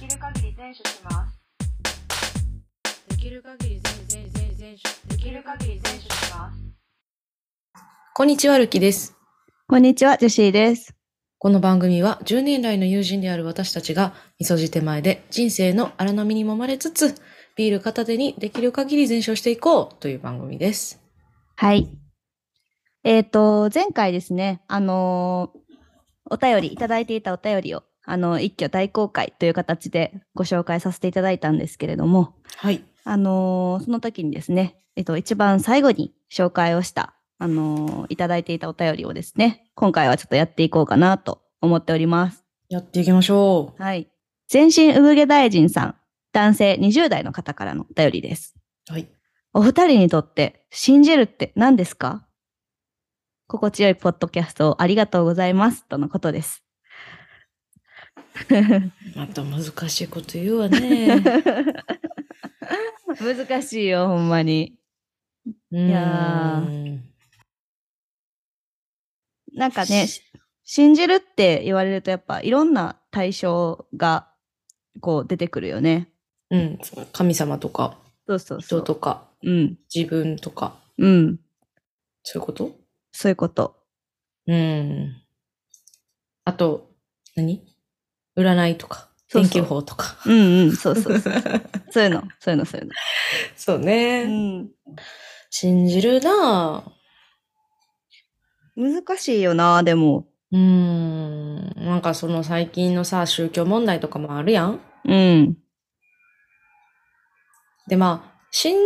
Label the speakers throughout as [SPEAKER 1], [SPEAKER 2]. [SPEAKER 1] 全種します
[SPEAKER 2] できる限り全全全全
[SPEAKER 1] できる限り全種します
[SPEAKER 2] こんにちはるきです
[SPEAKER 3] こんにちは、ジェシーです。
[SPEAKER 2] この番組は10年来の友人である私たちがみそじ手前で人生の荒波に揉まれつつビール片手にできる限り全勝していこうという番組です
[SPEAKER 3] はい。えっ、と、前回ですね、あのーお便り、いただいていたお便りを、あの一挙大公開という形でご紹介させていただいたんですけれども、
[SPEAKER 2] はい
[SPEAKER 3] あのーその時にですね、えっ、と、一番最後に紹介をした、あのーいただいていたお便りをですね、今回はちょっとやっていこうかなと思っております。
[SPEAKER 2] やっていきましょ
[SPEAKER 3] はい。全身産毛大臣さん、男性20代の方からのお便りです。
[SPEAKER 2] うはい
[SPEAKER 3] お二人にとって信じるって何ですか心地よいポッドキャストをありがとうございますとのことです。
[SPEAKER 2] また難しいこと言うわね
[SPEAKER 3] 難しいよ、ほんまに。
[SPEAKER 2] い
[SPEAKER 3] やーなんかね、し信じるって言われるとやっぱいろんな対象がこう出てくるよね。
[SPEAKER 2] うん神様とか
[SPEAKER 3] そうそうそ
[SPEAKER 2] 人
[SPEAKER 3] う。
[SPEAKER 2] とか
[SPEAKER 3] うん、
[SPEAKER 2] 自分とか
[SPEAKER 3] うん、
[SPEAKER 2] そういうこと
[SPEAKER 3] そういうこと。
[SPEAKER 2] うん。あと、何占いとか、
[SPEAKER 3] そう
[SPEAKER 2] 天
[SPEAKER 3] そう
[SPEAKER 2] 気予報とか。
[SPEAKER 3] うんうん、そう そうそう。そういうの、そういうの、そういうの。
[SPEAKER 2] そうね、
[SPEAKER 3] うん
[SPEAKER 2] 信じるなぁ。
[SPEAKER 3] 難しいよな、でも。
[SPEAKER 2] うん。なんかその最近のさ、宗教問題とかもあるやん。
[SPEAKER 3] うん、
[SPEAKER 2] で、まあ、信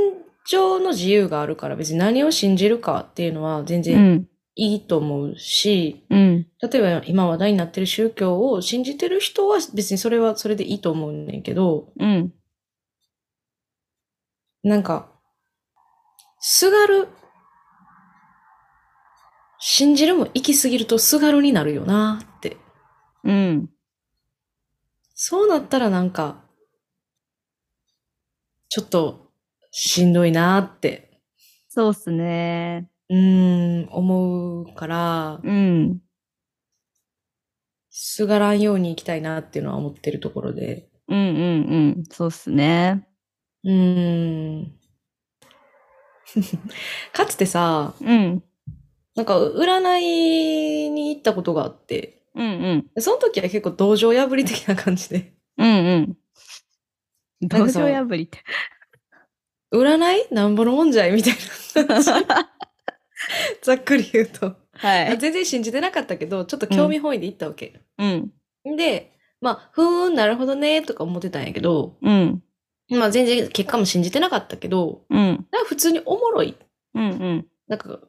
[SPEAKER 2] 条の自由があるから別に何を信じるかっていうのは全
[SPEAKER 3] う
[SPEAKER 2] 然
[SPEAKER 3] ん、
[SPEAKER 2] いいと思うし、
[SPEAKER 3] うん、
[SPEAKER 2] 例えば今話題になってる宗教を信じてる人は別にそれはそれでいいと思うねんけど、
[SPEAKER 3] うん、
[SPEAKER 2] なんか、すがる、信じるも行き過ぎるとすがるになるよなって。
[SPEAKER 3] うん。
[SPEAKER 2] そうなったらなんか、ちょっとしんどいなって、
[SPEAKER 3] そうっすね。
[SPEAKER 2] うーん、思うから、
[SPEAKER 3] うん。
[SPEAKER 2] すがらんように行きたいなっていうのは思ってるところで。
[SPEAKER 3] うんうんうん。そうっすね。
[SPEAKER 2] うーん。 かつてさ、
[SPEAKER 3] うん。
[SPEAKER 2] なんか占いに行ったことがあって、
[SPEAKER 3] うんうん。
[SPEAKER 2] その時は結構道場破り的な感じで。
[SPEAKER 3] うんうん。
[SPEAKER 2] なん
[SPEAKER 3] 道
[SPEAKER 2] かそ
[SPEAKER 3] 場
[SPEAKER 2] の
[SPEAKER 3] 破りって。
[SPEAKER 2] 占いなんぼのもんじゃいみたいな 感じ。ざっくり言うと。全
[SPEAKER 3] はい。
[SPEAKER 2] 然信じてなかったけど、ちょっと興味本位で行ったわけ。
[SPEAKER 3] うん。
[SPEAKER 2] で、まあ、ふーん、なるほどね、とか思ってたんやけど、
[SPEAKER 3] うん。
[SPEAKER 2] まあ全然結果も信じてなかったけど、
[SPEAKER 3] うん。
[SPEAKER 2] なんか普通におもろい。
[SPEAKER 3] うんうん。
[SPEAKER 2] なんか、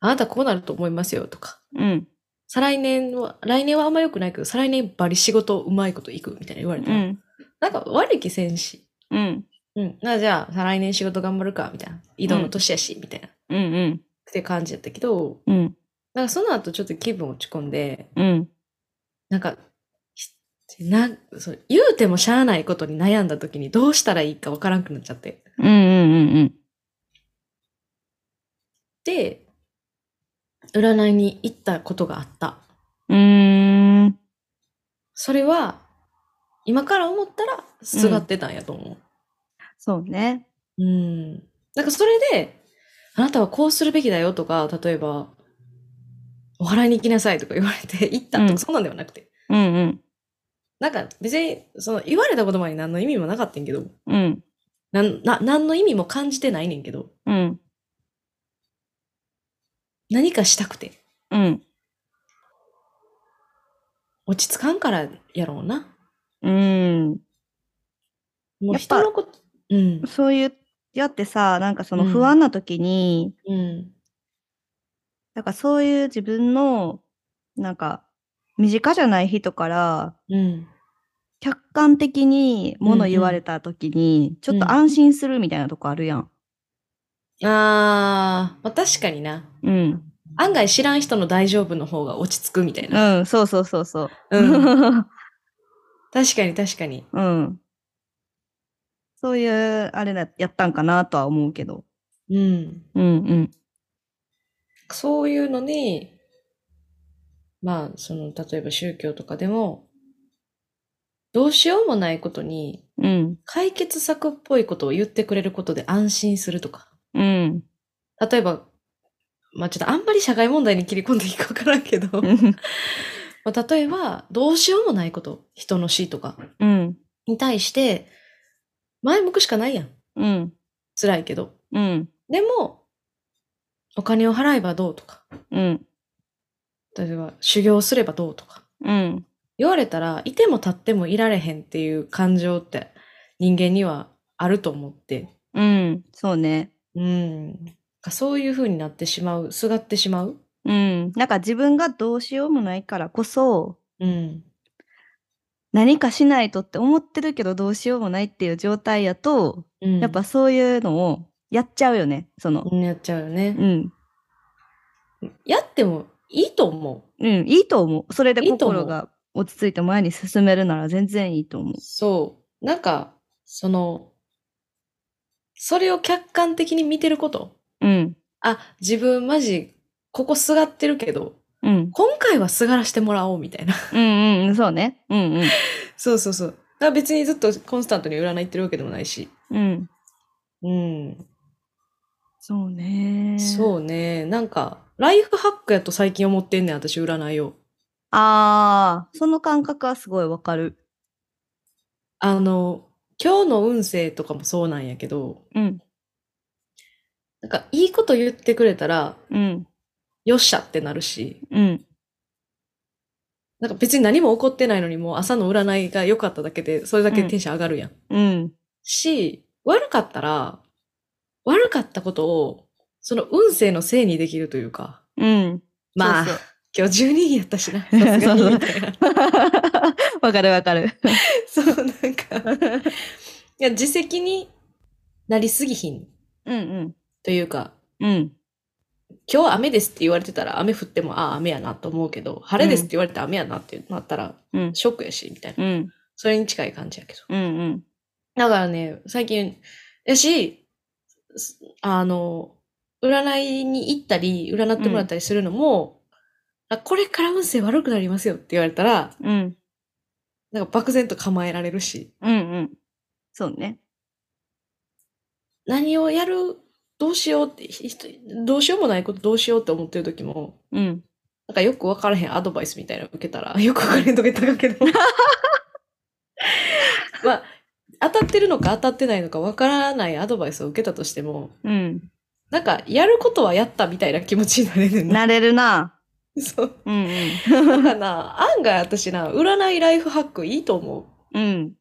[SPEAKER 2] あなたこうなると思いますよ、とか。
[SPEAKER 3] うん。
[SPEAKER 2] 再来年は、来年はあんま良くないけど、再来年バリ仕事うまいこといく、みたいな言われた
[SPEAKER 3] う
[SPEAKER 2] ら、
[SPEAKER 3] ん。
[SPEAKER 2] なんか悪い気せんし。
[SPEAKER 3] うん。
[SPEAKER 2] うん。なじゃあ、再来年仕事頑張るか、みたいな。移動の年やし、みたいな。っ
[SPEAKER 3] うんうん。
[SPEAKER 2] て感じやったけど、
[SPEAKER 3] うん。
[SPEAKER 2] なんかその後ちょっと気分落ち込んで、
[SPEAKER 3] うん。
[SPEAKER 2] なんか、ひなそう言うてもしゃあないことに悩んだ時にどうしたらいいかわからんくなっちゃって。
[SPEAKER 3] うんうんうん。
[SPEAKER 2] で、占いに行ったことがあった。
[SPEAKER 3] うーん。
[SPEAKER 2] それは、今から思ったら、すがってたんやと思
[SPEAKER 3] そうね。
[SPEAKER 2] う。うん。なんかそれで、あなたはこうするべきだよとか、例えば、お払いに行きなさいとか言われて 行ったとか、
[SPEAKER 3] うん
[SPEAKER 2] そんなんではなくて。
[SPEAKER 3] うんうん。
[SPEAKER 2] なんか別に、その言われた言葉に何の意味もなかったんやけど、
[SPEAKER 3] うん。
[SPEAKER 2] なん、な、何の意味も感じてないねんけど、
[SPEAKER 3] うん。
[SPEAKER 2] 何かしたくて、
[SPEAKER 3] うん。
[SPEAKER 2] 落ち着かんからやろうな。
[SPEAKER 3] うん。
[SPEAKER 2] もう
[SPEAKER 3] やっぱ
[SPEAKER 2] 人のこと、うん、
[SPEAKER 3] そういう、やってさ、なんかその
[SPEAKER 2] うん
[SPEAKER 3] 不安な時に、
[SPEAKER 2] うん、
[SPEAKER 3] なんかそういう自分の、なんか、身近じゃない人から、
[SPEAKER 2] うん、
[SPEAKER 3] 客観的に物
[SPEAKER 2] うんうん
[SPEAKER 3] 言われた時に、ちょっ
[SPEAKER 2] うん
[SPEAKER 3] と安心するみたいなとこあるやん。
[SPEAKER 2] あー、まあ、確かにな。
[SPEAKER 3] うん。
[SPEAKER 2] 案外知らん人の大丈夫の方が落ち着くみたいな。
[SPEAKER 3] うん、そうそうそうそう。
[SPEAKER 2] うん、確かに確かに。
[SPEAKER 3] うん。そういう、あれだ、やったんかなとは思うけど。
[SPEAKER 2] うん。
[SPEAKER 3] うん
[SPEAKER 2] そういうのに、まあ、その、例えば宗教とかでも、どうしようもないことに、
[SPEAKER 3] うん。
[SPEAKER 2] 解決策っぽいことを言ってくれることで安心するとか。
[SPEAKER 3] うん。
[SPEAKER 2] 例えば、まあちょっとあんまり社会問題に切り込んでいいかわからんけど、
[SPEAKER 3] うん
[SPEAKER 2] まあ例えば、どうしようもないこと、人の死とか
[SPEAKER 3] うん。
[SPEAKER 2] に対して、前向くしかないやん。
[SPEAKER 3] うん。
[SPEAKER 2] 辛いけど。
[SPEAKER 3] うん。
[SPEAKER 2] でも、お金を払えばどうとか、
[SPEAKER 3] うん。
[SPEAKER 2] 例えば修行すればどうとか、
[SPEAKER 3] うん。
[SPEAKER 2] 言われたら、いても立ってもいられへんっていう感情って人間にはあると思って、
[SPEAKER 3] うん。そうね。
[SPEAKER 2] うん。そういう風になってしまう、すがってしまう。
[SPEAKER 3] うん。なんか自分がどうしようもないからこそ、
[SPEAKER 2] うん。
[SPEAKER 3] 何かしないとって思ってるけどどうしようもないっていう状態やと、
[SPEAKER 2] うん、
[SPEAKER 3] やっぱ、そういうのをやっちゃうよね。その、
[SPEAKER 2] やっちゃうよね
[SPEAKER 3] う。ん。
[SPEAKER 2] やってもいいと思
[SPEAKER 3] うん。いいと思う。それで
[SPEAKER 2] いいと思う
[SPEAKER 3] 心が落ち着いて前に進めるなら全然いいと思う
[SPEAKER 2] う。。そう。なんか、その、それを客観的に見てること。
[SPEAKER 3] うん。
[SPEAKER 2] あ、自分マジ、ここすがってるけど、
[SPEAKER 3] うん。
[SPEAKER 2] 今回はすがらしてもらおうみたいな。
[SPEAKER 3] うんうん。そうね。うんうん。
[SPEAKER 2] そうそうそう。だから別にずっとコンスタントに占い行ってるわけでもないし。
[SPEAKER 3] うん。
[SPEAKER 2] うん。
[SPEAKER 3] そうね。う。
[SPEAKER 2] そうね。なんか、ライフハックやと最近思ってんねん、私占いを。
[SPEAKER 3] ああ、その感覚はすごいわかる。
[SPEAKER 2] あの、今日の運勢とかもそうなんやけど、
[SPEAKER 3] うん。
[SPEAKER 2] なんか、いいこと言ってくれたら、
[SPEAKER 3] うん。
[SPEAKER 2] よっしゃってなるし、
[SPEAKER 3] うん。
[SPEAKER 2] なんか別に何も起こってないのにもう朝の占いが良かっただけで、それだけテンション上がるやん。
[SPEAKER 3] うん。
[SPEAKER 2] し、悪かったら、悪かったことを、その運勢のせいにできるというか、
[SPEAKER 3] うん。
[SPEAKER 2] まあ、
[SPEAKER 3] そう
[SPEAKER 2] 今日12人やったしな、さすがにみたいな。
[SPEAKER 3] そうわかるわかる。
[SPEAKER 2] そう、なんか、いや、自責になりすぎひん
[SPEAKER 3] うん
[SPEAKER 2] というか、
[SPEAKER 3] うん。うん。
[SPEAKER 2] 今日雨ですって言われてたら雨降っても、ああ、雨やなと思うけど、晴れですって言われて雨やなってなったら、
[SPEAKER 3] うん。
[SPEAKER 2] ショックやし、みたいな。
[SPEAKER 3] うん。
[SPEAKER 2] それに近い感じやけど。
[SPEAKER 3] うんうん。
[SPEAKER 2] だからね、最近、やし、すあの、占いに行ったり、占ってもらったりするのも、あこれから運勢悪くなりますよって言われたら、
[SPEAKER 3] うん。
[SPEAKER 2] なんか漠然と構えられるし、
[SPEAKER 3] うんうん。そうね。
[SPEAKER 2] 何をやる、どうしようって、ひひとどうしようもないことどうしようって思ってる時も、
[SPEAKER 3] うん。
[SPEAKER 2] なんかよくわからへんアドバイスみたいなの受けたら、 よくわからへんとか言ったらあかんけど。 まあ、当たってるのか当たってないのかわからないアドバイスを受けたとしても、
[SPEAKER 3] うん。
[SPEAKER 2] なんか、やることはやったみたいな気持ちになれるんだ。
[SPEAKER 3] なれるな。
[SPEAKER 2] そう。
[SPEAKER 3] うん
[SPEAKER 2] だからな、案外私な、占いライフハックいいと思
[SPEAKER 3] うん。うん。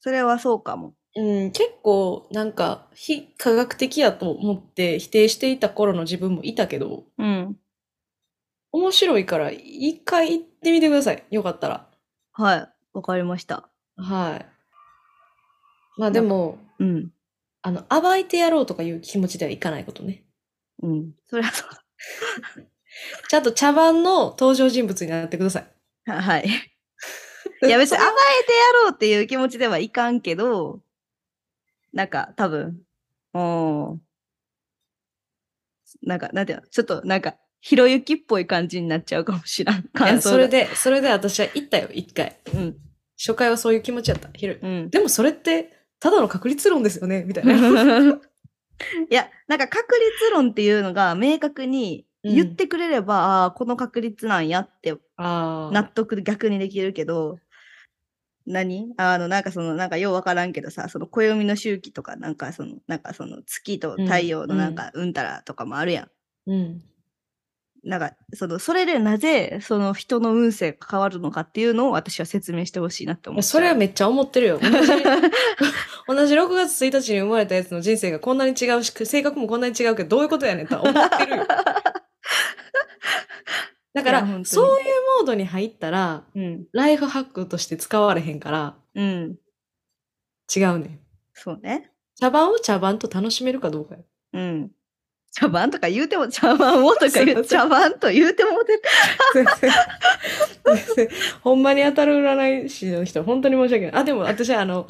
[SPEAKER 3] それはそうかも。
[SPEAKER 2] う。うん、結構、なんか、非科学的やと思って否定していた頃の自分もいたけど、
[SPEAKER 3] うん。
[SPEAKER 2] 面白いから、一回行ってみてください。よかったら。
[SPEAKER 3] はい。わかりました。
[SPEAKER 2] はい。まあでも、
[SPEAKER 3] うん。
[SPEAKER 2] あの、暴いてやろうとかいう気持ちではいかないことね。
[SPEAKER 3] うん。それはそう
[SPEAKER 2] ちゃんと茶番の登場人物になってください。
[SPEAKER 3] は はい。い や別に甘えてやろうっていう気持ちではいかんけど、なんか多分、おーなんか、なんていうの、ちょっとなんか、ひろゆきっぽい感じになっちゃうかもしらん。
[SPEAKER 2] いや
[SPEAKER 3] 感想が
[SPEAKER 2] それ。で、それで私は行ったよ、一回。
[SPEAKER 3] うん。
[SPEAKER 2] 初回はそういう気持ちやった。ひろ
[SPEAKER 3] うん。
[SPEAKER 2] でもそれって、ただの確率論ですよねみたいな。
[SPEAKER 3] いや、なんか確率論っていうのが明確に言ってくれれば、ああ、この確率なんやって
[SPEAKER 2] あ
[SPEAKER 3] 納得逆にできるけど、何あの、なんかその、なんかようわからんけどさ、その暦の周期とか、なんかその、なんかその月と太陽の
[SPEAKER 2] うん
[SPEAKER 3] なんかうんたらとかもあるやん。
[SPEAKER 2] うん。
[SPEAKER 3] なんか、その、それでなぜ、その人の運勢が変わるのかっていうのを私は説明してほしいなって思っちゃう。
[SPEAKER 2] それはめっちゃ思ってる よ。同じ 同じ6月1日に生まれたやつの人生がこんなに違うし、性格もこんなに違うけど、どういうことやねんとは思ってるよ。 だか
[SPEAKER 3] いや本当
[SPEAKER 2] ら、
[SPEAKER 3] に
[SPEAKER 2] そういうモードに入ったら、
[SPEAKER 3] うん、
[SPEAKER 2] ライフハックとして使われへんから、
[SPEAKER 3] うん、
[SPEAKER 2] 違うねん。
[SPEAKER 3] そうね。
[SPEAKER 2] 茶番を茶番と楽しめるかどうかよ。
[SPEAKER 3] うん。茶番とか言うても、茶番をとか言う、
[SPEAKER 2] すいません
[SPEAKER 3] 茶番と言うてもうてる。
[SPEAKER 2] 全然全然 ほんまに当たる占い師の人、本当に申し訳ない。あ、でも私はあの、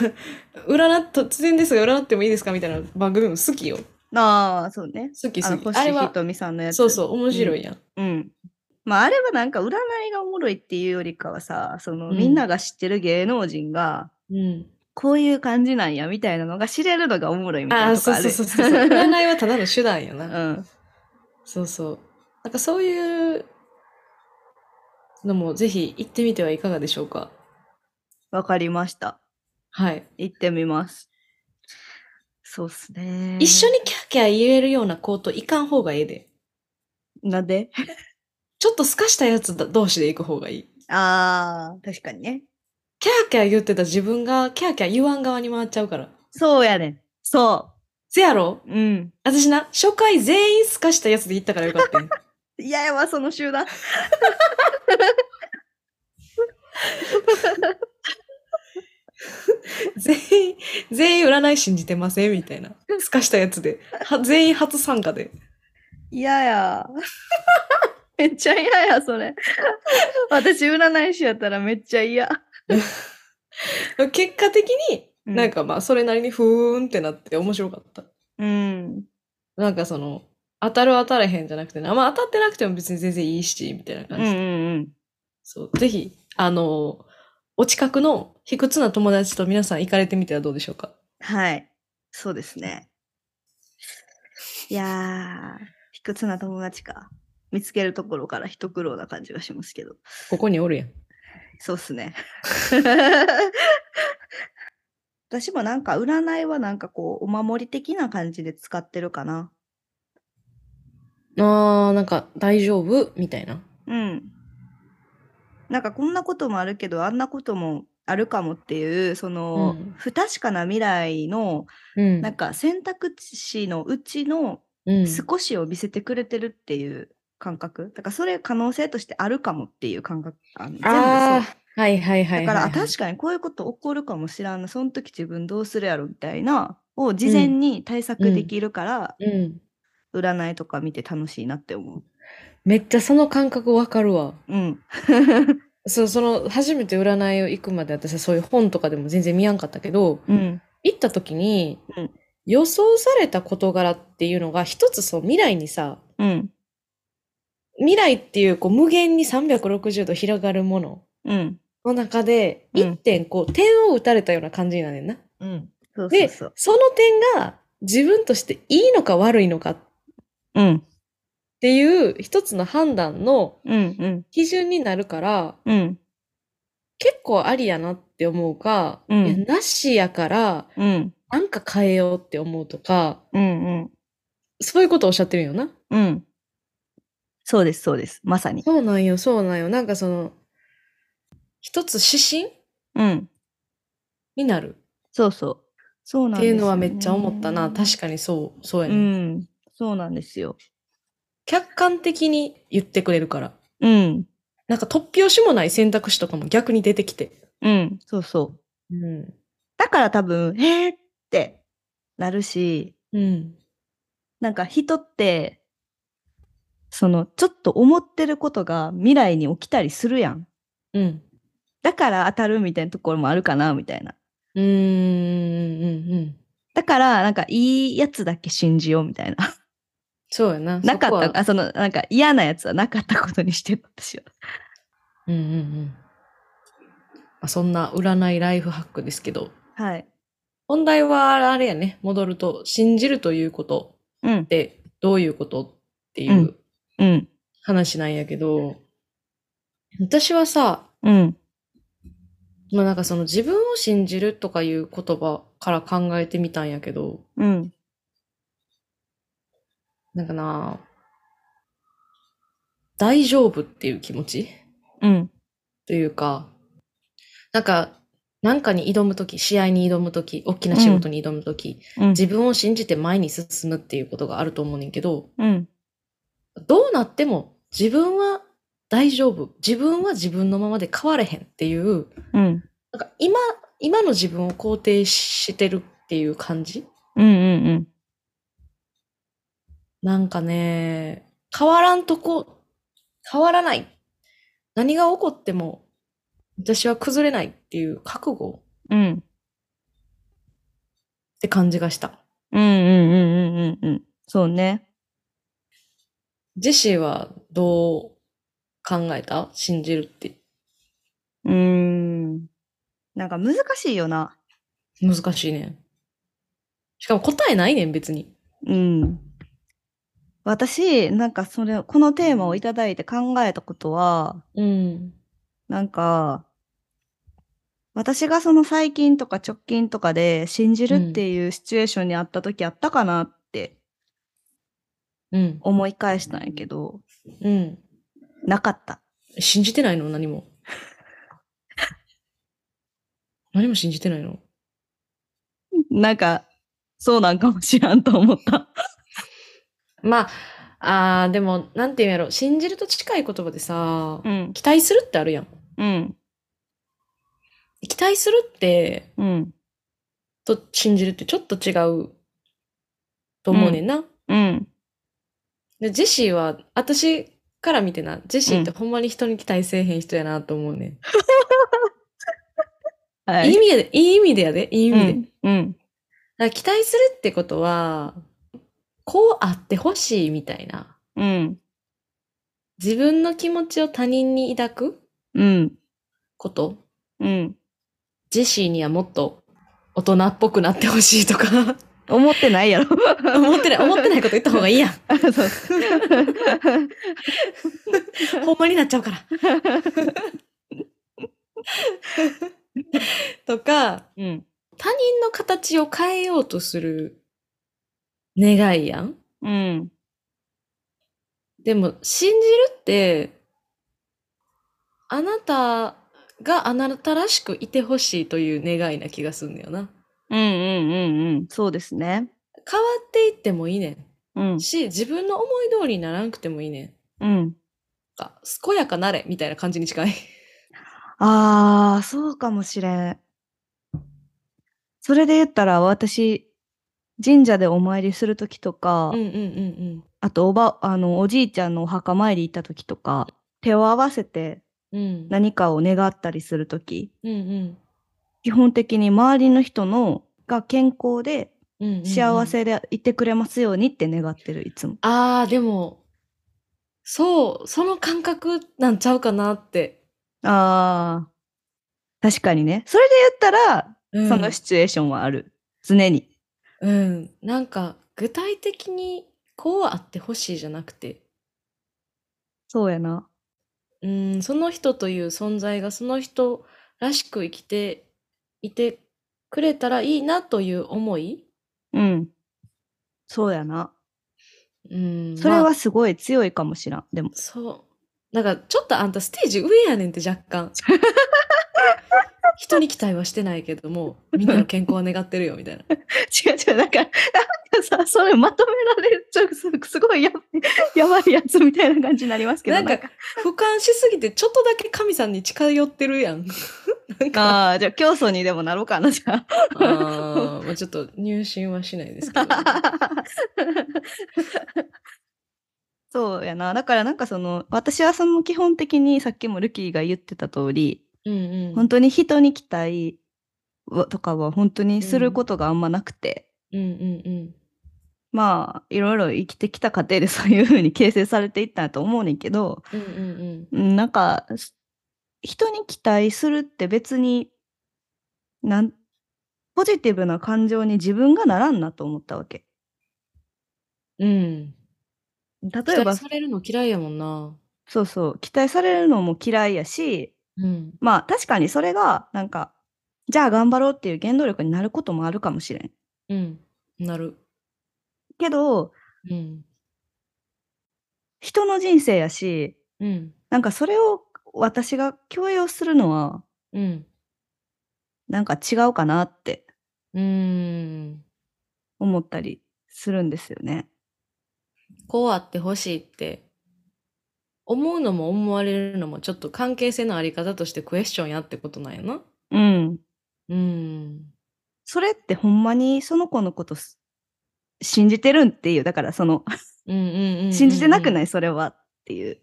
[SPEAKER 2] 占っ、突然ですが占ってもいいですかみたいな番組も好きよ。
[SPEAKER 3] ああ、そうね。
[SPEAKER 2] 好き
[SPEAKER 3] あ
[SPEAKER 2] 好
[SPEAKER 3] の、
[SPEAKER 2] き。
[SPEAKER 3] 星
[SPEAKER 2] あれ
[SPEAKER 3] ひ
[SPEAKER 2] は、
[SPEAKER 3] とみさんのやつ。
[SPEAKER 2] そうそう、面白いやん。
[SPEAKER 3] うん。まあ、あれはなんか占いがおもろいっていうよりかはさ、その
[SPEAKER 2] うん
[SPEAKER 3] みんなが知ってる芸能人が、
[SPEAKER 2] うん。
[SPEAKER 3] こういう感じなんやみたいなのが知れるのがおもろいみたい
[SPEAKER 2] あ
[SPEAKER 3] な
[SPEAKER 2] あ、
[SPEAKER 3] とこ
[SPEAKER 2] そう
[SPEAKER 3] あ
[SPEAKER 2] そう
[SPEAKER 3] る。
[SPEAKER 2] そうそう。占いはただの手段や
[SPEAKER 3] う
[SPEAKER 2] な。
[SPEAKER 3] ん。
[SPEAKER 2] そうそう。なんかそういうのもぜひ行ってみてはいかがでしょうか。
[SPEAKER 3] わかりました。
[SPEAKER 2] はい。
[SPEAKER 3] 行ってみます。そうっすね。
[SPEAKER 2] 一緒にキャーキャー言えるようなコート行かん方がええで。
[SPEAKER 3] になんで
[SPEAKER 2] ちょっとすかしたやつだ同士で行く方がいい。
[SPEAKER 3] ああ、確かにね。
[SPEAKER 2] キャーキャー言ってた自分がキャーキャー言わん側に回っちゃうから。
[SPEAKER 3] そうやねん。そ
[SPEAKER 2] せやろ
[SPEAKER 3] う。うん。
[SPEAKER 2] 私な、初回全員すかしたやつで行ったからよかった ん
[SPEAKER 3] いややわ、その集団。
[SPEAKER 2] 全員、全員占い信じてませんみたいな。すかしたやつで。は全員初参加で。
[SPEAKER 3] いやや。 めっちゃ嫌や、それ。私、占い師やったらめっちゃ嫌。
[SPEAKER 2] 結果的に、
[SPEAKER 3] うん
[SPEAKER 2] なんかまあ、それなりにふーんってなって面白かった。
[SPEAKER 3] うん。
[SPEAKER 2] なんかその、当たる当たれへんじゃなくてね、あまあ当たってなくても別に全然いいし、みたいな
[SPEAKER 3] う
[SPEAKER 2] 感
[SPEAKER 3] んう
[SPEAKER 2] じで。
[SPEAKER 3] ん
[SPEAKER 2] そう。ぜひ、あの、お近くの卑屈な友達と皆さん行かれてみてはどうでしょうか。
[SPEAKER 3] はい。そうですね。いやー、卑屈な友達か。見つけるところから一苦労な感じがしますけど。
[SPEAKER 2] ここにおるやん。
[SPEAKER 3] そうっすね。 私もなんか占いはなんかこうお守り的な感じで使ってるかな。
[SPEAKER 2] あー、なんか大丈夫みたいな。
[SPEAKER 3] うん。なんかこんなこともあるけどあんなこともあるかもっていうその、
[SPEAKER 2] うん
[SPEAKER 3] 不確かな未来の
[SPEAKER 2] うん
[SPEAKER 3] なんか選択肢のうちの
[SPEAKER 2] うん
[SPEAKER 3] 少しを見せてくれてるっていう感覚、だからそれ可能性としてあるかもっていう感覚あの全部そう
[SPEAKER 2] ああ、はいはいはいは
[SPEAKER 3] だ
[SPEAKER 2] い。
[SPEAKER 3] から、あ確かにこういうこと起こるかもしらんな、その時自分どうするやろみたいな、を事前に対策できるから、
[SPEAKER 2] に。うん。
[SPEAKER 3] 占いとか見て楽しいなって思う。
[SPEAKER 2] めっちゃその感覚わかるわ。
[SPEAKER 3] うん。
[SPEAKER 2] そう、その、初めて占いを行くまで私はそういう本とかでも全然見やんかったけど、
[SPEAKER 3] うん。
[SPEAKER 2] 行った時に、
[SPEAKER 3] うん
[SPEAKER 2] 予想された事柄っていうのが一つそう未来にさ、
[SPEAKER 3] うん。
[SPEAKER 2] 未来っていうこう無限に360度広がるもの
[SPEAKER 3] うん。
[SPEAKER 2] の中で、
[SPEAKER 3] うん
[SPEAKER 2] 一点こう点を打たれたような感じになんねんな。
[SPEAKER 3] うん。そうそう
[SPEAKER 2] で、
[SPEAKER 3] そう。
[SPEAKER 2] その点が自分としていいのか悪いのかっ
[SPEAKER 3] うん。
[SPEAKER 2] ていう一つの判断の
[SPEAKER 3] うん。うん。
[SPEAKER 2] 基準になるから、
[SPEAKER 3] うん。
[SPEAKER 2] 結構ありやなって思うか、
[SPEAKER 3] うん
[SPEAKER 2] いやなしやから、
[SPEAKER 3] うん。
[SPEAKER 2] なんか変えようって思うとか、
[SPEAKER 3] うん。
[SPEAKER 2] そういうことをおっしゃってるよな。
[SPEAKER 3] うん。そうです、そうです。まさに。
[SPEAKER 2] そうなんよ、そうなんよ。なんかその、一つ指針
[SPEAKER 3] うん。
[SPEAKER 2] になる
[SPEAKER 3] そうそう。そうな
[SPEAKER 2] っ
[SPEAKER 3] ん
[SPEAKER 2] て
[SPEAKER 3] で
[SPEAKER 2] いう
[SPEAKER 3] すよね
[SPEAKER 2] のはめっちゃ思ったな。確かにそう、そうや
[SPEAKER 3] う
[SPEAKER 2] ね、
[SPEAKER 3] ん。そうなんですよ。
[SPEAKER 2] 客観的に言ってくれるから。
[SPEAKER 3] うん。
[SPEAKER 2] なんか突拍子もない選択肢とかも逆に出てきて。
[SPEAKER 3] うん。そうそう。
[SPEAKER 2] うん。
[SPEAKER 3] だから多分、へーってなるし、
[SPEAKER 2] うん。
[SPEAKER 3] なんか人って、その、ちょっと思ってることが未来に起きたりするやん。
[SPEAKER 2] うん。
[SPEAKER 3] だから当たるみたいなところもあるかな、みたいな。
[SPEAKER 2] うーん。うん。うん。
[SPEAKER 3] だから、なんかいいやつだけ信じよう、みた いな。
[SPEAKER 2] そうやな。
[SPEAKER 3] なか
[SPEAKER 2] そこ
[SPEAKER 3] っ
[SPEAKER 2] は
[SPEAKER 3] た、あ、その、なんか嫌なやつはなかったことにしてる、私は。
[SPEAKER 2] うんうんうん。まあ、そんな占いライフハックですけど。
[SPEAKER 3] はい。
[SPEAKER 2] 本題はあれやね。戻ると、信じるということ
[SPEAKER 3] うん
[SPEAKER 2] っ。てどういうことっていう
[SPEAKER 3] うん。
[SPEAKER 2] 話なんやけど、私はさ、
[SPEAKER 3] うん。
[SPEAKER 2] まあなんかその自分を信じるとかいう言葉から考えてみたんやけど、
[SPEAKER 3] うん。
[SPEAKER 2] なんかな、大丈夫っていう気持ち
[SPEAKER 3] うん。
[SPEAKER 2] というか、なんか、なんかに挑むとき、試合に挑むとき、大きな仕事に挑むとき、
[SPEAKER 3] うん。
[SPEAKER 2] 自分を信じて前に進むっていうことがあると思うねんけど、
[SPEAKER 3] うん。
[SPEAKER 2] どうなっても自分は大丈夫。自分は自分のままで変われへんっていう、
[SPEAKER 3] うん。
[SPEAKER 2] なんか今、今の自分を肯定してるっていう感じ
[SPEAKER 3] うん。うん。
[SPEAKER 2] なんかね、変わらんとこ、変わらない。何が起こっても、私は崩れないっていう覚悟
[SPEAKER 3] うん。うん。
[SPEAKER 2] って感じがした。
[SPEAKER 3] うん。うん。うん。うん。うん。そうね。
[SPEAKER 2] ジェシーはどう考えた信じるって。
[SPEAKER 3] うーん。なんか難しいよな。
[SPEAKER 2] 難しいねん。しかも答えないねん、別に。
[SPEAKER 3] うん。私、なんかそれ、このテーマをいただいて考えたことは、
[SPEAKER 2] うん。
[SPEAKER 3] なんか、私がその最近とか直近とかで信じるっていうシチュエーションにあった時あったかなって
[SPEAKER 2] うん。
[SPEAKER 3] 思い返したんやけど、
[SPEAKER 2] うん。
[SPEAKER 3] なかった。
[SPEAKER 2] 信じてないの何も。何も信じてないの
[SPEAKER 3] なんか、そうなんかもしらんと思った。
[SPEAKER 2] まあ、あーでも、なんていうんやろ。信じると近い言葉でさ、
[SPEAKER 3] うん、
[SPEAKER 2] 期待するってあるやん。
[SPEAKER 3] うん、
[SPEAKER 2] 期待するって、
[SPEAKER 3] うん、
[SPEAKER 2] と信じるってちょっと違うと思うねんな。
[SPEAKER 3] うん、
[SPEAKER 2] でジェシーは、私から見てな、ジェシーってほんまに人に期待せえへん人やなと思うねん。
[SPEAKER 3] はい
[SPEAKER 2] い
[SPEAKER 3] い
[SPEAKER 2] 意味やで、いい意味でやで、いい意味で。
[SPEAKER 3] うん、うん、
[SPEAKER 2] だから期待するってことは、こうあってほしいみたいな。
[SPEAKER 3] うん、
[SPEAKER 2] 自分の気持ちを他人に抱く
[SPEAKER 3] うん、
[SPEAKER 2] こと。
[SPEAKER 3] うん。
[SPEAKER 2] ジェシーにはもっと大人っぽくなってほしいとか。
[SPEAKER 3] 思ってないやろ。
[SPEAKER 2] 思ってない、思ってないこと言った方がいいやん。
[SPEAKER 3] そう。
[SPEAKER 2] ほんまになっちゃうから。とか、
[SPEAKER 3] うん、
[SPEAKER 2] 他人の形を変えようとする願いやん。
[SPEAKER 3] うん、
[SPEAKER 2] でも、信じるって、あなたがあなたらしくいてほしいという願いな気がすんだよな。
[SPEAKER 3] うん、うん、うん、そうですね。
[SPEAKER 2] 変わっていってもいいね
[SPEAKER 3] うん
[SPEAKER 2] ん。、し、自分の思い通りにならなくてもいいねん。
[SPEAKER 3] うん。
[SPEAKER 2] か健やかなれみたいな感じに近い。
[SPEAKER 3] ああ、そうかもしれん。それで言ったら、私、神社でお参りするときとか、
[SPEAKER 2] うんうん
[SPEAKER 3] あとおば、あの、おじいちゃんのお墓参り行ったときとか、手を合わせて
[SPEAKER 2] うんうん。うん。
[SPEAKER 3] 何かを願ったりするとき、
[SPEAKER 2] うんうん。
[SPEAKER 3] 基本的に周りの人のが健康で
[SPEAKER 2] うんうんうん
[SPEAKER 3] 幸せでいてくれますようにって願ってる、いつも。
[SPEAKER 2] ああ、でも、そう、その感覚なんちゃうかなって。
[SPEAKER 3] ああ、確かにね。それで言ったら、
[SPEAKER 2] うん、
[SPEAKER 3] そのシチュエーションはある。常に。
[SPEAKER 2] うん。なんか、具体的にこうあってほしいじゃなくて、
[SPEAKER 3] そうやな。
[SPEAKER 2] うん、その人という存在がその人らしく生きていてくれたらいいなという思い。
[SPEAKER 3] うん。そうやな。
[SPEAKER 2] うん。
[SPEAKER 3] それ
[SPEAKER 2] ま
[SPEAKER 3] は
[SPEAKER 2] あ
[SPEAKER 3] すごい強いかもしらん。でも。
[SPEAKER 2] そう。なんか、ちょっとあんたステージ上やねんって若干。人に期待はしてないけども、みんなの健康は願ってるよ、みたいな。
[SPEAKER 3] 違う違う。なんか、なんかさ、それまとめられちゃう、すすごいややばいやつみたいな感じになりますけ
[SPEAKER 2] な
[SPEAKER 3] ど。
[SPEAKER 2] んか、俯瞰しすぎて、ちょっとだけ神さんに近寄ってるやん。なんか、
[SPEAKER 3] ああー、じゃあ競争にでもなろうかな、じゃ
[SPEAKER 2] あーまあちょっと入信はしないですけど。
[SPEAKER 3] あ。 そうやな。だからなんかその、私はその基本的にさっきもルキーが言ってた通り、
[SPEAKER 2] うんうん。
[SPEAKER 3] 本当に人に期待はとかは本当にすることがあんまなくて。
[SPEAKER 2] うんうん
[SPEAKER 3] まあ、いろいろ生きてきた過程で そういうふうに形成されていったんやと思うねんけど、
[SPEAKER 2] うん。うんうん
[SPEAKER 3] うんなんか、す人に期待するって別に、なん、ポジティブな感情に自分がならんなと思ったわけ。
[SPEAKER 2] うん。うん。
[SPEAKER 3] 例
[SPEAKER 2] 期
[SPEAKER 3] えば
[SPEAKER 2] 待、されるの嫌いやもんな。
[SPEAKER 3] そうそう、期待されるのも嫌いやし、
[SPEAKER 2] うん。
[SPEAKER 3] まあ確かにそれが、なんか、じゃあ頑張ろうっていう原動力になることもあるかもしれん。
[SPEAKER 2] うん。なる。
[SPEAKER 3] けど、
[SPEAKER 2] うん。
[SPEAKER 3] 人の人生やし、
[SPEAKER 2] うん。
[SPEAKER 3] なんかそれを私が強要するのは、
[SPEAKER 2] うん。
[SPEAKER 3] なんか違うかなって
[SPEAKER 2] うーん。
[SPEAKER 3] 思ったりするんですよね。
[SPEAKER 2] こうあってほしいって、思うのも思われるのも、ちょっと関係性のあり方としてクエスチョンやってことなんやな。
[SPEAKER 3] うん。
[SPEAKER 2] うん。
[SPEAKER 3] それってほんまにその子のことす信じてるんっていう、だからその、
[SPEAKER 2] うんうんうんうんうん。
[SPEAKER 3] 信じてなくないそれはっていう。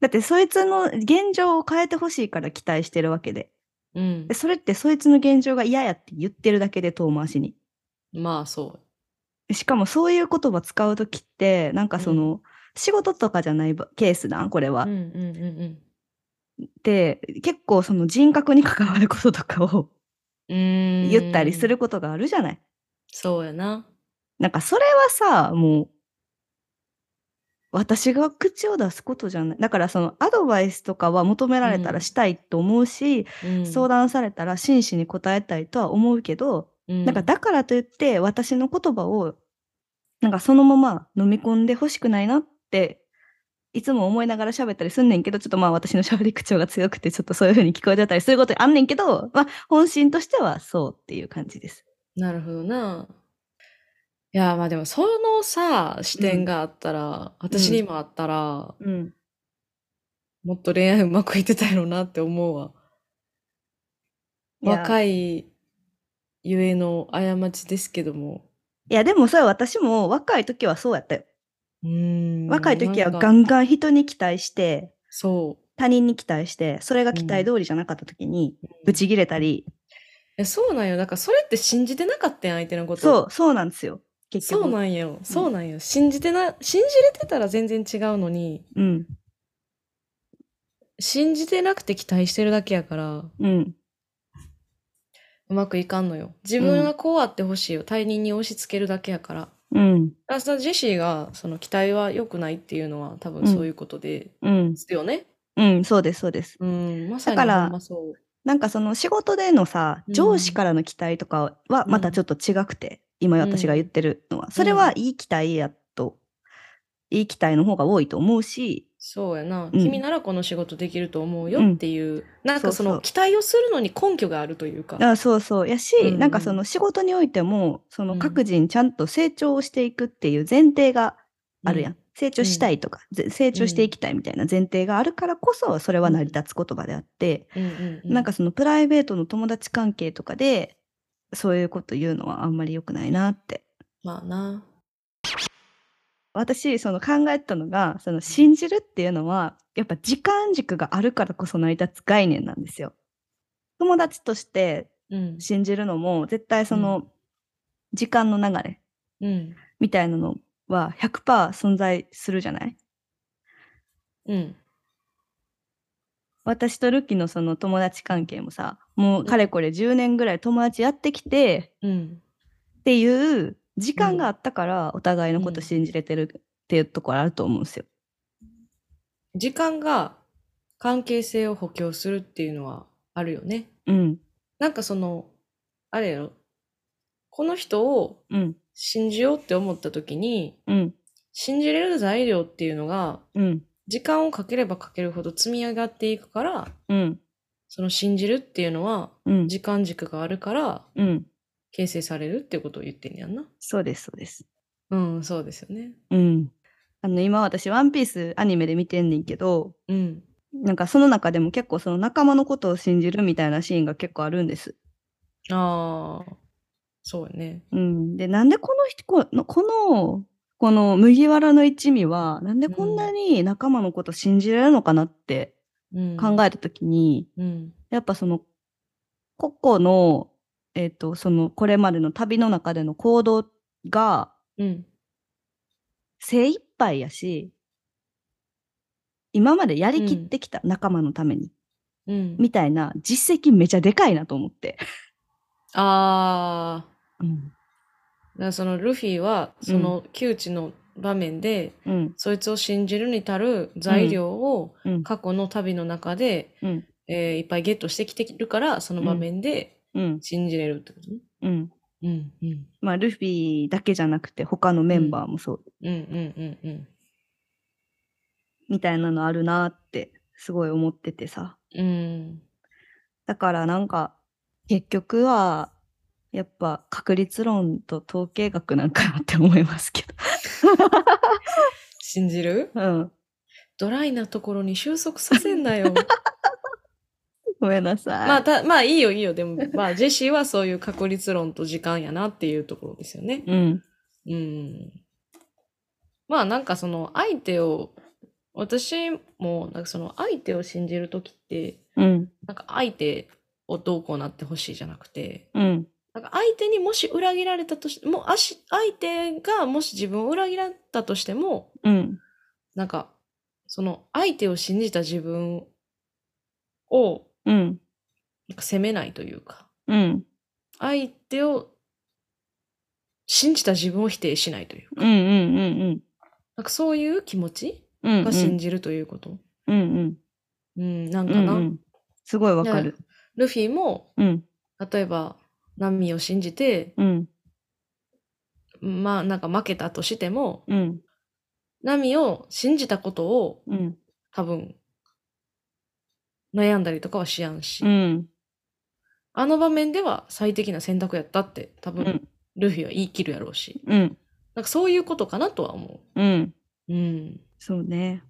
[SPEAKER 3] だってそいつの現状を変えてほしいから期待してるわけで
[SPEAKER 2] うん
[SPEAKER 3] で。それってそいつの現状が嫌やって言ってるだけで遠回しに。
[SPEAKER 2] まあそう。
[SPEAKER 3] しかもそういう言葉使うときって、なんかその、仕事とかじゃないばケースなんこれは。
[SPEAKER 2] うんうんうん
[SPEAKER 3] で結構その人格に関わることとかを
[SPEAKER 2] うん。うーん
[SPEAKER 3] 言ったりする。ことがあるじゃない。
[SPEAKER 2] そうやな。
[SPEAKER 3] なんかそれはさもう私が口を出すことじゃないだからそのアドバイスとかは求められた
[SPEAKER 2] う
[SPEAKER 3] ら
[SPEAKER 2] ん
[SPEAKER 3] したいと思うし、
[SPEAKER 2] うん
[SPEAKER 3] 相談されたら真摯に答えたいとは思うけど、
[SPEAKER 2] うん
[SPEAKER 3] なんかだからといって私の言葉をなんかそのまま飲み込んでほしくないなっていつも思いながら喋ったりすんねんけどちょっとまあ私の喋り口調が強くてちょっとそういう風に聞こえてたりすることあんねんけど、まあ、本心としてはそうっていう感じです。
[SPEAKER 2] なるほどな。いや、まあでも、そのさ、視点があったら、私にもあったら、
[SPEAKER 3] うん、
[SPEAKER 2] もっと恋愛うまくいってたやろうなって思うわ。
[SPEAKER 3] い
[SPEAKER 2] 若いゆえの過ちですけども。
[SPEAKER 3] やいやでもそれは私も若い時はそうやったよ。
[SPEAKER 2] うーん
[SPEAKER 3] 若い時
[SPEAKER 2] な
[SPEAKER 3] は
[SPEAKER 2] ん
[SPEAKER 3] ガ
[SPEAKER 2] か
[SPEAKER 3] ンガン人に期待して
[SPEAKER 2] そう。
[SPEAKER 3] 他人に期待してそれが期待通りじゃなかった時にブチギレたり、
[SPEAKER 2] えそうなんよ。だからそれって信じてなかったやん、相手のこと。
[SPEAKER 3] そうそうなんですよ結局
[SPEAKER 2] そうなんよ。そうなんよ。信じてな、信じれてたら全然違うのに、
[SPEAKER 3] うん
[SPEAKER 2] 信じてなくて期待してるだけやから、
[SPEAKER 3] うん
[SPEAKER 2] うまくいかんのよ。自分はこうあってほしいよ。他人に押し付けるだけやから。
[SPEAKER 3] うん
[SPEAKER 2] あそのジェシーが、その期待は良くないっていうのは多分そういうことで、
[SPEAKER 3] うん
[SPEAKER 2] ですよね。
[SPEAKER 3] うん、そうです、そうです。
[SPEAKER 2] うん、まさに
[SPEAKER 3] だから
[SPEAKER 2] ほんまそう。
[SPEAKER 3] なんかその仕事でのさ、
[SPEAKER 2] うん
[SPEAKER 3] 上司からの期待とかはまたちょっと違くて、今私が言ってるのは、それはいい期待やと、いい期待の方が多いと思うし、
[SPEAKER 2] そうやな、
[SPEAKER 3] うん
[SPEAKER 2] 君ならこの仕事できると思うよっていう、なんかそ
[SPEAKER 3] そうそ
[SPEAKER 2] の
[SPEAKER 3] う
[SPEAKER 2] 期待をするのに根拠があるというか。
[SPEAKER 3] あそうそう。やし、
[SPEAKER 2] うんうん
[SPEAKER 3] なんかその仕事においても、その
[SPEAKER 2] うん
[SPEAKER 3] 各人ちゃんと成長をしていくっていう前提があるやん。
[SPEAKER 2] うん
[SPEAKER 3] 成長したいとか、ぜ成長していきたいみたいな前提があるからこそ、それは成り立つ言葉であって、
[SPEAKER 2] うんうんう
[SPEAKER 3] なんか、そのプライベートの友達関係とかでそういうこと言うのはあんまり良くないなって。
[SPEAKER 2] まあな。
[SPEAKER 3] 私その考えてたのがその信じるっていうのはやっぱ時間軸があるからこそ成り立つ概念なんですよ。友達として
[SPEAKER 2] うん。
[SPEAKER 3] 信じるのも絶対そうの時間の流れ
[SPEAKER 2] うん。
[SPEAKER 3] みたいなのは100%存在するじゃない
[SPEAKER 2] うん。
[SPEAKER 3] 私とルキのその友達関係もさもうかれこれ10年ぐらい友達やってきて
[SPEAKER 2] うん。
[SPEAKER 3] っていう時間があったから、お互いのこと
[SPEAKER 2] うん
[SPEAKER 3] 信じれてるっていうところあると思うんですよ。
[SPEAKER 2] 時間が関係性を補強するっていうのはあるよね。
[SPEAKER 3] うん、
[SPEAKER 2] なんかその、あれやろ。この人を
[SPEAKER 3] うん、
[SPEAKER 2] 信じようって思った時に、
[SPEAKER 3] うん、
[SPEAKER 2] 信じれる材料っていうのが、
[SPEAKER 3] うん、
[SPEAKER 2] 時間をかければかけるほど積み上がっていくから、
[SPEAKER 3] うん、
[SPEAKER 2] その信じるっていうのは、
[SPEAKER 3] うん、
[SPEAKER 2] 時間軸があるから、
[SPEAKER 3] うん、
[SPEAKER 2] 形成されるってことを言ってんねやんな。
[SPEAKER 3] そうです、そうです。
[SPEAKER 2] うん、そうですよね。
[SPEAKER 3] うん。あの、今私、ワンピースアニメで見てんねんけど、
[SPEAKER 2] うん。
[SPEAKER 3] なんかその中でも結構その仲間のことを信じるみたいなシーンが結構あるんです。
[SPEAKER 2] ああ、そうやね。
[SPEAKER 3] うん。で、なんでこの人、この、この、この麦わらの一味は、なんでこんなに仲間のこと信じられるのかなって
[SPEAKER 2] うん、
[SPEAKER 3] 考えたときに、
[SPEAKER 2] うん。
[SPEAKER 3] やっぱその個々の、えっとそのこれまでの旅の中での行動が
[SPEAKER 2] うん。
[SPEAKER 3] 精一杯やし今までやりきってきた仲間のために、
[SPEAKER 2] うん。
[SPEAKER 3] みたいな実績めちゃでかいなと思って。
[SPEAKER 2] ああ、
[SPEAKER 3] うん
[SPEAKER 2] だからそのルフィは、その窮地の場面で、
[SPEAKER 3] うん
[SPEAKER 2] そいつを信じるに足る材料を
[SPEAKER 3] うん
[SPEAKER 2] 過去の旅の中で、
[SPEAKER 3] うん
[SPEAKER 2] えーいっぱいゲットしてきてるから、その場面で
[SPEAKER 3] うん
[SPEAKER 2] 信じれるってことね。
[SPEAKER 3] うん
[SPEAKER 2] うん、うん、
[SPEAKER 3] まあルフィだけじゃなくて他のメンバーもそう、
[SPEAKER 2] うん、うん、うん、うん。
[SPEAKER 3] みたいなのあるなってすごい思っててさ
[SPEAKER 2] うん、
[SPEAKER 3] だからなんか結局はやっぱ確率論と統計学なんかなって思いま すけど。
[SPEAKER 2] 信じる
[SPEAKER 3] うん。
[SPEAKER 2] ドライなところに収束させんな よ。
[SPEAKER 3] ごめんなさい。
[SPEAKER 2] まあ、た、まあいいよいいよ。でも、 まあ、ジェシーはそういう確率論と時間やなっていうところですよね。
[SPEAKER 3] うん。
[SPEAKER 2] うん。まあなんかその相手を、私もなんかその相手を信じるときって、
[SPEAKER 3] うん。
[SPEAKER 2] なんか相手をどうこうなってほしいじゃなくて、
[SPEAKER 3] うん。
[SPEAKER 2] なんか相手にもし裏切られたとし、もうあし相手がもし自分を裏切られたとしても、
[SPEAKER 3] うん。
[SPEAKER 2] なんか、その相手を信じた自分を
[SPEAKER 3] うん。
[SPEAKER 2] なんか責めないというか、
[SPEAKER 3] うん。
[SPEAKER 2] 相手を信じた自分を否定しないというか、
[SPEAKER 3] うんうんうん
[SPEAKER 2] なんかそういう気持ち
[SPEAKER 3] うん。うんうん。
[SPEAKER 2] が信じるということ。
[SPEAKER 3] うん
[SPEAKER 2] う
[SPEAKER 3] うん。
[SPEAKER 2] ん、なん
[SPEAKER 3] う
[SPEAKER 2] か
[SPEAKER 3] ん
[SPEAKER 2] な、
[SPEAKER 3] うん。すごいわかる。
[SPEAKER 2] ルフィも、
[SPEAKER 3] うん。
[SPEAKER 2] 例えば、ナミを信じて、
[SPEAKER 3] うん。
[SPEAKER 2] まあなんか負けたとしても、
[SPEAKER 3] うん。
[SPEAKER 2] ナミを信じたことを
[SPEAKER 3] うん。
[SPEAKER 2] 多分、悩んだりとかはしやんし、
[SPEAKER 3] うん。
[SPEAKER 2] あの場面では最適な選択やったって多
[SPEAKER 3] う
[SPEAKER 2] 分、
[SPEAKER 3] ん。
[SPEAKER 2] ルフィは言い切るやろうし、
[SPEAKER 3] うん。
[SPEAKER 2] なんかそういうことかなとは思
[SPEAKER 3] うん。
[SPEAKER 2] う。うん。
[SPEAKER 3] そう ね。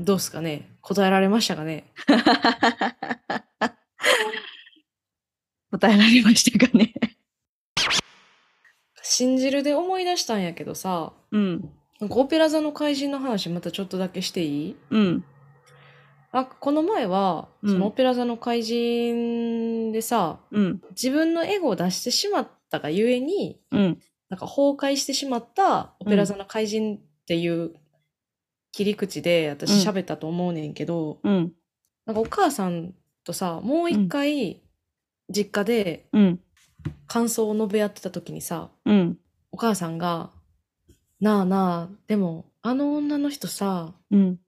[SPEAKER 2] どうすかね答えられましたかね
[SPEAKER 3] 答えられましたかね。
[SPEAKER 2] 信じるで思い出したんやけどさ、
[SPEAKER 3] うん。
[SPEAKER 2] なんかオペラ座の怪人の話またちょっとだけしていい
[SPEAKER 3] うん。
[SPEAKER 2] あこの前は、
[SPEAKER 3] うん
[SPEAKER 2] そのオペラ座の怪人でさ、
[SPEAKER 3] うん。
[SPEAKER 2] 自分のエゴを出してしまったがゆえに、
[SPEAKER 3] うん。
[SPEAKER 2] なんか崩壊してしまったオペラ座の怪人っていう切り口で私
[SPEAKER 3] うん
[SPEAKER 2] 喋ったと思うねんけど、
[SPEAKER 3] うん。
[SPEAKER 2] なんかお母さんとさ、もう一回実家で
[SPEAKER 3] うん。
[SPEAKER 2] 感想を述べ合ってた時にさ、
[SPEAKER 3] うん。
[SPEAKER 2] お母さんが、なあなあ、でもあの女の人さ、
[SPEAKER 3] うん。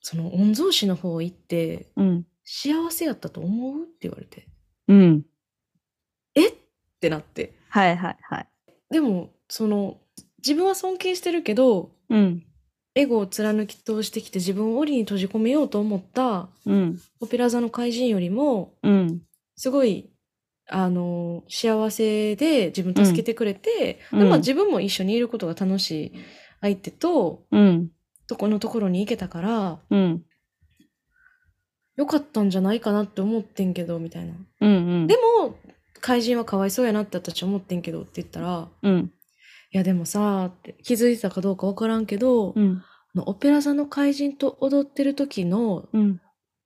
[SPEAKER 2] その御曹司の方行って
[SPEAKER 3] うん。
[SPEAKER 2] 幸せやったと思うって言われて、っ
[SPEAKER 3] うん。
[SPEAKER 2] てなって。
[SPEAKER 3] はいはいはい。
[SPEAKER 2] でも、その、自分は尊敬してるけど、
[SPEAKER 3] うん。
[SPEAKER 2] エゴを貫き通してきて自分を檻に閉じ込めようと思った
[SPEAKER 3] うん。
[SPEAKER 2] オペラ座の怪人よりも、
[SPEAKER 3] うん。
[SPEAKER 2] すごい、あの、幸せで自分助けてくれて、
[SPEAKER 3] うん
[SPEAKER 2] でま
[SPEAKER 3] う
[SPEAKER 2] あ
[SPEAKER 3] ん
[SPEAKER 2] 自分も一緒にいることが楽しい相手と、
[SPEAKER 3] うん。
[SPEAKER 2] とこのところに行けたから、
[SPEAKER 3] うん。
[SPEAKER 2] 良かったんじゃないかなって思ってんけど、みたいな。
[SPEAKER 3] うん。
[SPEAKER 2] でも、怪人はかわいそうやなって私思ってんけどって言ったら、
[SPEAKER 3] うん。
[SPEAKER 2] いやでもさ、って気づいてたかどうかわからんけど、
[SPEAKER 3] うん。
[SPEAKER 2] あのオペラ座の怪人と踊ってる時の
[SPEAKER 3] うん。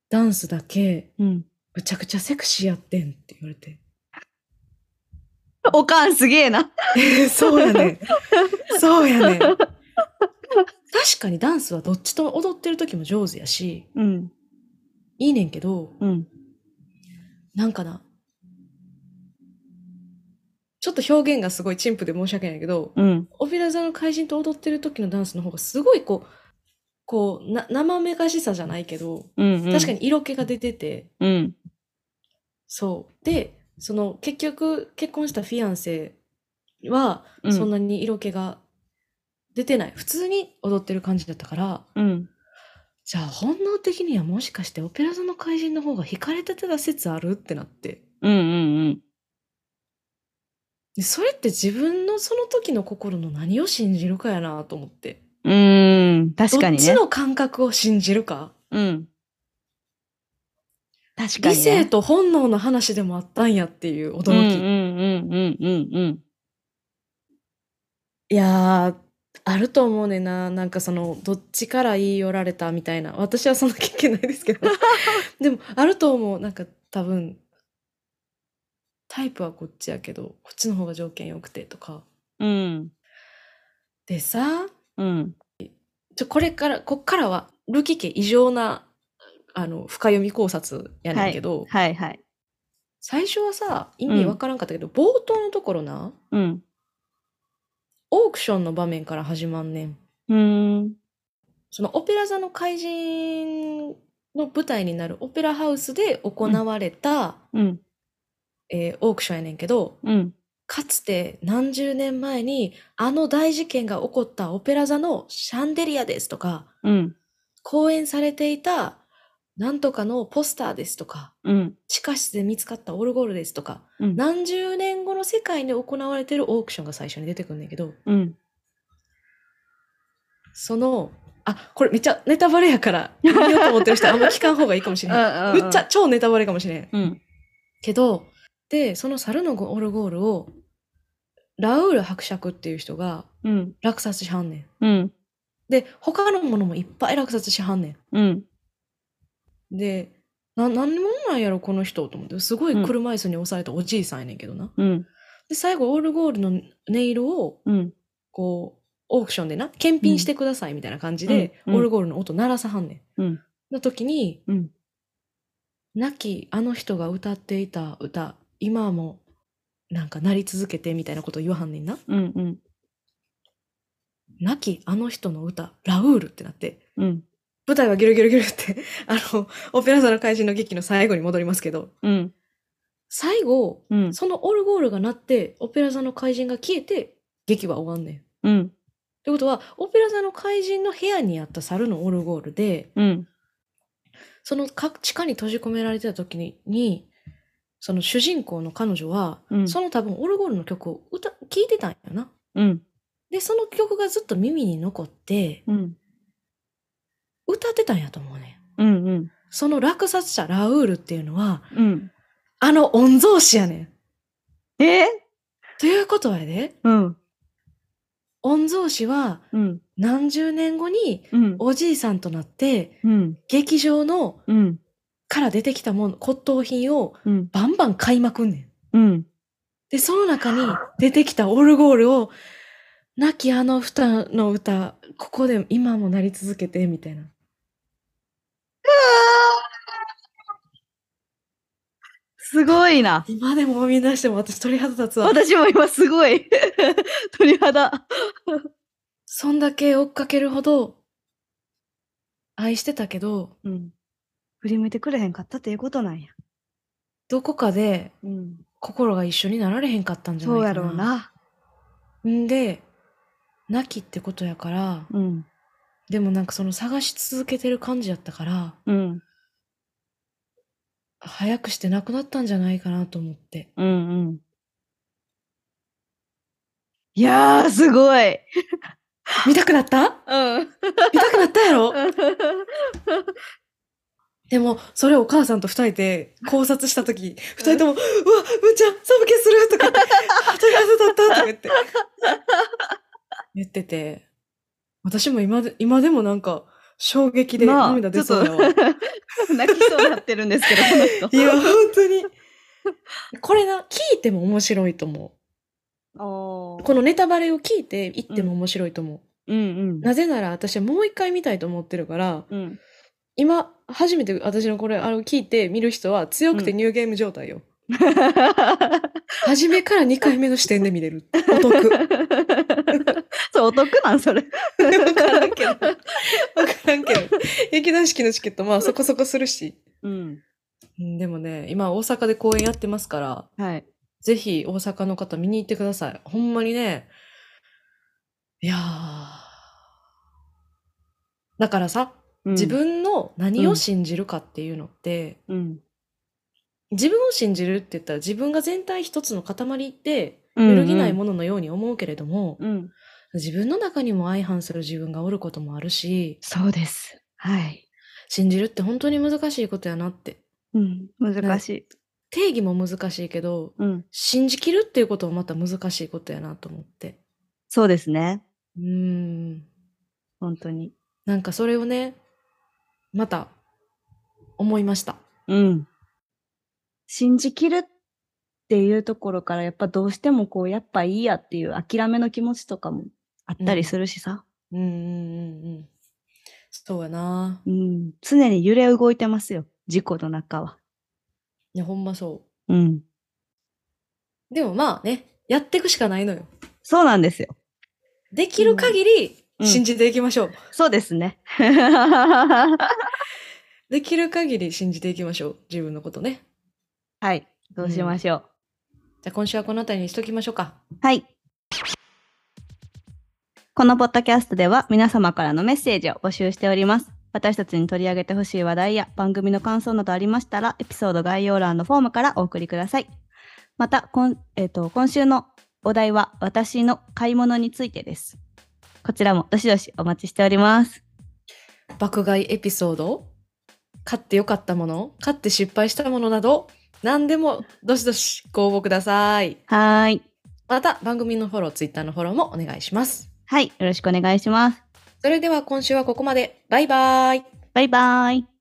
[SPEAKER 2] ダンスだけ、
[SPEAKER 3] うん。
[SPEAKER 2] むちゃくちゃセクシーやってんって言われて。
[SPEAKER 3] おかんすげえな。
[SPEAKER 2] そうやねん。 そうやねん。確かにダンスはどっちとも踊ってる時も上手やし、
[SPEAKER 3] うん。
[SPEAKER 2] いいねんけど、
[SPEAKER 3] うん。
[SPEAKER 2] なんかな。ちょっと表現がすごい陳腐で申し訳ないけど、
[SPEAKER 3] うん。
[SPEAKER 2] オペラ座の怪人と踊ってる時のダンスの方がすごいこう、こう、な、生めかしさじゃないけど、
[SPEAKER 3] うん。
[SPEAKER 2] 確か
[SPEAKER 3] に。
[SPEAKER 2] に色気が出てて、
[SPEAKER 3] うん。
[SPEAKER 2] そう。で、その結局結婚したフィアンセは
[SPEAKER 3] うん
[SPEAKER 2] そんなに色気が出てない。普通に踊ってる感じだったから、
[SPEAKER 3] うん。
[SPEAKER 2] じゃあ本能的にはもしかしてオペラ座の怪人の方が惹かれてた説あるってなって。
[SPEAKER 3] うん。うん。
[SPEAKER 2] でそれって自分のその時の心の何を信じるかやなと思って。
[SPEAKER 3] うん。うん。確かに
[SPEAKER 2] どっ
[SPEAKER 3] ね
[SPEAKER 2] ち。の感覚を信じるか。
[SPEAKER 3] うん。確か
[SPEAKER 2] 理
[SPEAKER 3] に、ね。
[SPEAKER 2] 性と本能の話でもあったんやっていう
[SPEAKER 3] うんう
[SPEAKER 2] 驚き。
[SPEAKER 3] んうんうんうん
[SPEAKER 2] いやー、あると思うねんな。なんかその、どっちから言い寄られたみたいな。私はそんな経験ないです けど。でも、あると思う。なんか多分、タイプはこっちやけど、こっちの方が条件良くてとか。
[SPEAKER 3] うん
[SPEAKER 2] でさ、
[SPEAKER 3] うん
[SPEAKER 2] ちょ、これから、こっからは、ルキ家異常な、あの、深読み考察やねんけど、
[SPEAKER 3] はいはい
[SPEAKER 2] 最初はさ、意味わからんかったけど、冒頭のところな、
[SPEAKER 3] うん
[SPEAKER 2] オークションの場面から始まんねん。
[SPEAKER 3] うん
[SPEAKER 2] そのオペラ座の怪人の舞台になるオペラハウスで行われた、
[SPEAKER 3] うん
[SPEAKER 2] えーオークションやねんけど、
[SPEAKER 3] うん
[SPEAKER 2] かつて何十年前にあの大事件が起こったオペラ座のシャンデリアですとか、
[SPEAKER 3] うん
[SPEAKER 2] 公演されていたなんとかのポスターですとか、
[SPEAKER 3] うん
[SPEAKER 2] 地下室で見つかったオルゴールですとか、
[SPEAKER 3] うん
[SPEAKER 2] 何十年後の世界で行われてるオークションが最初に出てくるんだけど、
[SPEAKER 3] うん
[SPEAKER 2] その、あ、これめっちゃネタバレやから、見ようと思ってる人あんま聞かん方がいいかもしれない。むっちゃ超ネタバレかもしれん。
[SPEAKER 3] うん
[SPEAKER 2] けど、で、その猿のオルゴールを、ラウール伯爵っていう人が
[SPEAKER 3] うん
[SPEAKER 2] 落札しはんねん。
[SPEAKER 3] うん
[SPEAKER 2] で、他のものもいっぱい落札しはんね
[SPEAKER 3] うん
[SPEAKER 2] ん。で、な、なんでもなんやろ、この人と思って。すごい車椅子に押されたおじいさんやねんけどな。
[SPEAKER 3] うん
[SPEAKER 2] で、最後、オルゴールの音色を、
[SPEAKER 3] うん
[SPEAKER 2] こう、オークションでな、検品してくださいみたいな感じで、
[SPEAKER 3] うんうん
[SPEAKER 2] オルゴールの音鳴らさはんねん。
[SPEAKER 3] うん
[SPEAKER 2] の時に、
[SPEAKER 3] うん
[SPEAKER 2] 亡きあの人が歌っていた歌、今もなんか鳴り続けてみたいなこと言わはんねんな。
[SPEAKER 3] うんうん
[SPEAKER 2] 亡きあの人の歌、ラウールってなって、
[SPEAKER 3] うん
[SPEAKER 2] 舞台はギュルギュルギュルって、 あの、オペラ座の怪人の劇の最後に戻りますけど、
[SPEAKER 3] うん
[SPEAKER 2] 最後、
[SPEAKER 3] うん
[SPEAKER 2] そのオルゴールが鳴って、オペラ座の怪人が消えて、劇は終わんねん。
[SPEAKER 3] うん
[SPEAKER 2] ということは、オペラ座の怪人の部屋にあった猿のオルゴールで、
[SPEAKER 3] うん
[SPEAKER 2] そのか地下に閉じ込められてた時に、にその主人公の彼女は、
[SPEAKER 3] うん
[SPEAKER 2] その多分オルゴールの曲を歌、聴いてたんやな。
[SPEAKER 3] うん
[SPEAKER 2] で、その曲がずっと耳に残って、
[SPEAKER 3] うん
[SPEAKER 2] 歌ってたんやと思うねん。
[SPEAKER 3] うんうん
[SPEAKER 2] その落札者ラウールっていうのは、
[SPEAKER 3] うん
[SPEAKER 2] あの御曹司やねん。
[SPEAKER 3] え
[SPEAKER 2] ということはやで、
[SPEAKER 3] うん
[SPEAKER 2] 御曹司は
[SPEAKER 3] うん
[SPEAKER 2] 何十年後に
[SPEAKER 3] うん
[SPEAKER 2] おじいさんとなって、
[SPEAKER 3] うん
[SPEAKER 2] 劇場の
[SPEAKER 3] うん
[SPEAKER 2] から出てきたもの、骨董品を
[SPEAKER 3] うん
[SPEAKER 2] バンバン買いまくんねん。
[SPEAKER 3] うん
[SPEAKER 2] で、その中に出てきたオルゴールを、亡きあの二の歌、ここで今もなり続けて、みたいな。
[SPEAKER 3] すごいな
[SPEAKER 2] 今でも思い出しても私鳥肌立つわ。
[SPEAKER 3] 私も今すごい 鳥肌
[SPEAKER 2] そんだけ追っかけるほど、愛してたけど、
[SPEAKER 3] うん振り向いてくれへんかったっていうことなんや
[SPEAKER 2] どこかで
[SPEAKER 3] うん
[SPEAKER 2] 心が一緒になられへんかったんじゃないか
[SPEAKER 3] そう
[SPEAKER 2] な。
[SPEAKER 3] やろうな
[SPEAKER 2] うんで、亡きってことやから、
[SPEAKER 3] うん
[SPEAKER 2] でもなんかその探し続けてる感じやったから、
[SPEAKER 3] うん
[SPEAKER 2] 早くして亡くなったんじゃないかなと思って。
[SPEAKER 3] うんうんいやーすごい
[SPEAKER 2] 見たくなった
[SPEAKER 3] うん
[SPEAKER 2] 見たくなったやろ でも、それをお母さんと二人で考察したとき、二人とも、うわ、むーちゃん、寒気するとか言って、あ鳥肌立ったとか言って、言ってて、私も今で、今でもなんか、衝撃で
[SPEAKER 3] なあ
[SPEAKER 2] 涙出そう
[SPEAKER 3] ち
[SPEAKER 2] や
[SPEAKER 3] ょ
[SPEAKER 2] わ。
[SPEAKER 3] っと泣きそうになってるんですけどこの人
[SPEAKER 2] いや、本当に。これな、聞いても面白いと思
[SPEAKER 3] お
[SPEAKER 2] う。
[SPEAKER 3] ー
[SPEAKER 2] このネタバレを聞いて、言っても面白いと思う。
[SPEAKER 3] うん
[SPEAKER 2] なぜなら私はもう一回見たいと思ってるから、
[SPEAKER 3] うんうん
[SPEAKER 2] 今、初めて私のこれ、あの、聞いて見る人は強くてニューゲーム状態よ。初めから2回目の視点で見れる。お得。わ
[SPEAKER 3] そうお得なんそれ
[SPEAKER 2] からんけど。わからんけど。劇団四季のチケット、まあそこそこするし。
[SPEAKER 3] うん
[SPEAKER 2] うんでもね、今大阪で公演やってますから、
[SPEAKER 3] はい
[SPEAKER 2] ぜひ大阪の方見に行ってください。ほんまにね、いやー。だからさ、自分の何を信じるかっていうのって、
[SPEAKER 3] うん
[SPEAKER 2] 自分を信じるって言ったら自分が全体一つの塊って
[SPEAKER 3] うん
[SPEAKER 2] 揺るぎないもののように思うけれども、
[SPEAKER 3] うん
[SPEAKER 2] 自分の中にも相反する自分がおることもあるし、
[SPEAKER 3] そうですはい
[SPEAKER 2] 信じるって本当に難しいことやなって。
[SPEAKER 3] うん難しい
[SPEAKER 2] 定義も難しいけど、
[SPEAKER 3] うん
[SPEAKER 2] 信じきるっていうこともまた難しいことやなと思って。
[SPEAKER 3] そうですね
[SPEAKER 2] うーん。
[SPEAKER 3] 本当に
[SPEAKER 2] なんかそれをね、また思いました。
[SPEAKER 3] うん。信じきるっていうところから、やっぱどうしてもこう、やっぱいいやっていう諦めの気持ちとかもあったりするしさ。
[SPEAKER 2] うんうんうんうん。そうやな。
[SPEAKER 3] うん。常に揺れ動いてますよ。事故の中は。
[SPEAKER 2] いや、ほんまそ
[SPEAKER 3] うん。
[SPEAKER 2] う。でもまあね、やっていくしかないのよ。
[SPEAKER 3] そうなんですよ。
[SPEAKER 2] できる限り
[SPEAKER 3] うん
[SPEAKER 2] 信じていきましょう。
[SPEAKER 3] そうです ね。
[SPEAKER 2] できる限り信じていきましょう。自分のことね。
[SPEAKER 3] はい。どうしましょう。
[SPEAKER 2] じゃあ今週はこの辺りにしときましょうか。
[SPEAKER 3] はい。このポッドキャストでは皆様からのメッセージを募集しております。私たちに取り上げてほしい話題や番組の感想などありましたら、エピソード概要欄のフォームからお送りください。また、こんえーと今週のお題は私の買い物についてです。こちらもどしどしお待ちしております。
[SPEAKER 2] 爆買いエピソード買ってよかったもの買って失敗したものなど何でもどしどしご応募ください
[SPEAKER 3] はーい。
[SPEAKER 2] また番組のフォローツイッターのフォローもお願いします
[SPEAKER 3] はい。よろしくお願いします。
[SPEAKER 2] それでは今週はここまでバイバイ
[SPEAKER 3] バイバーイ。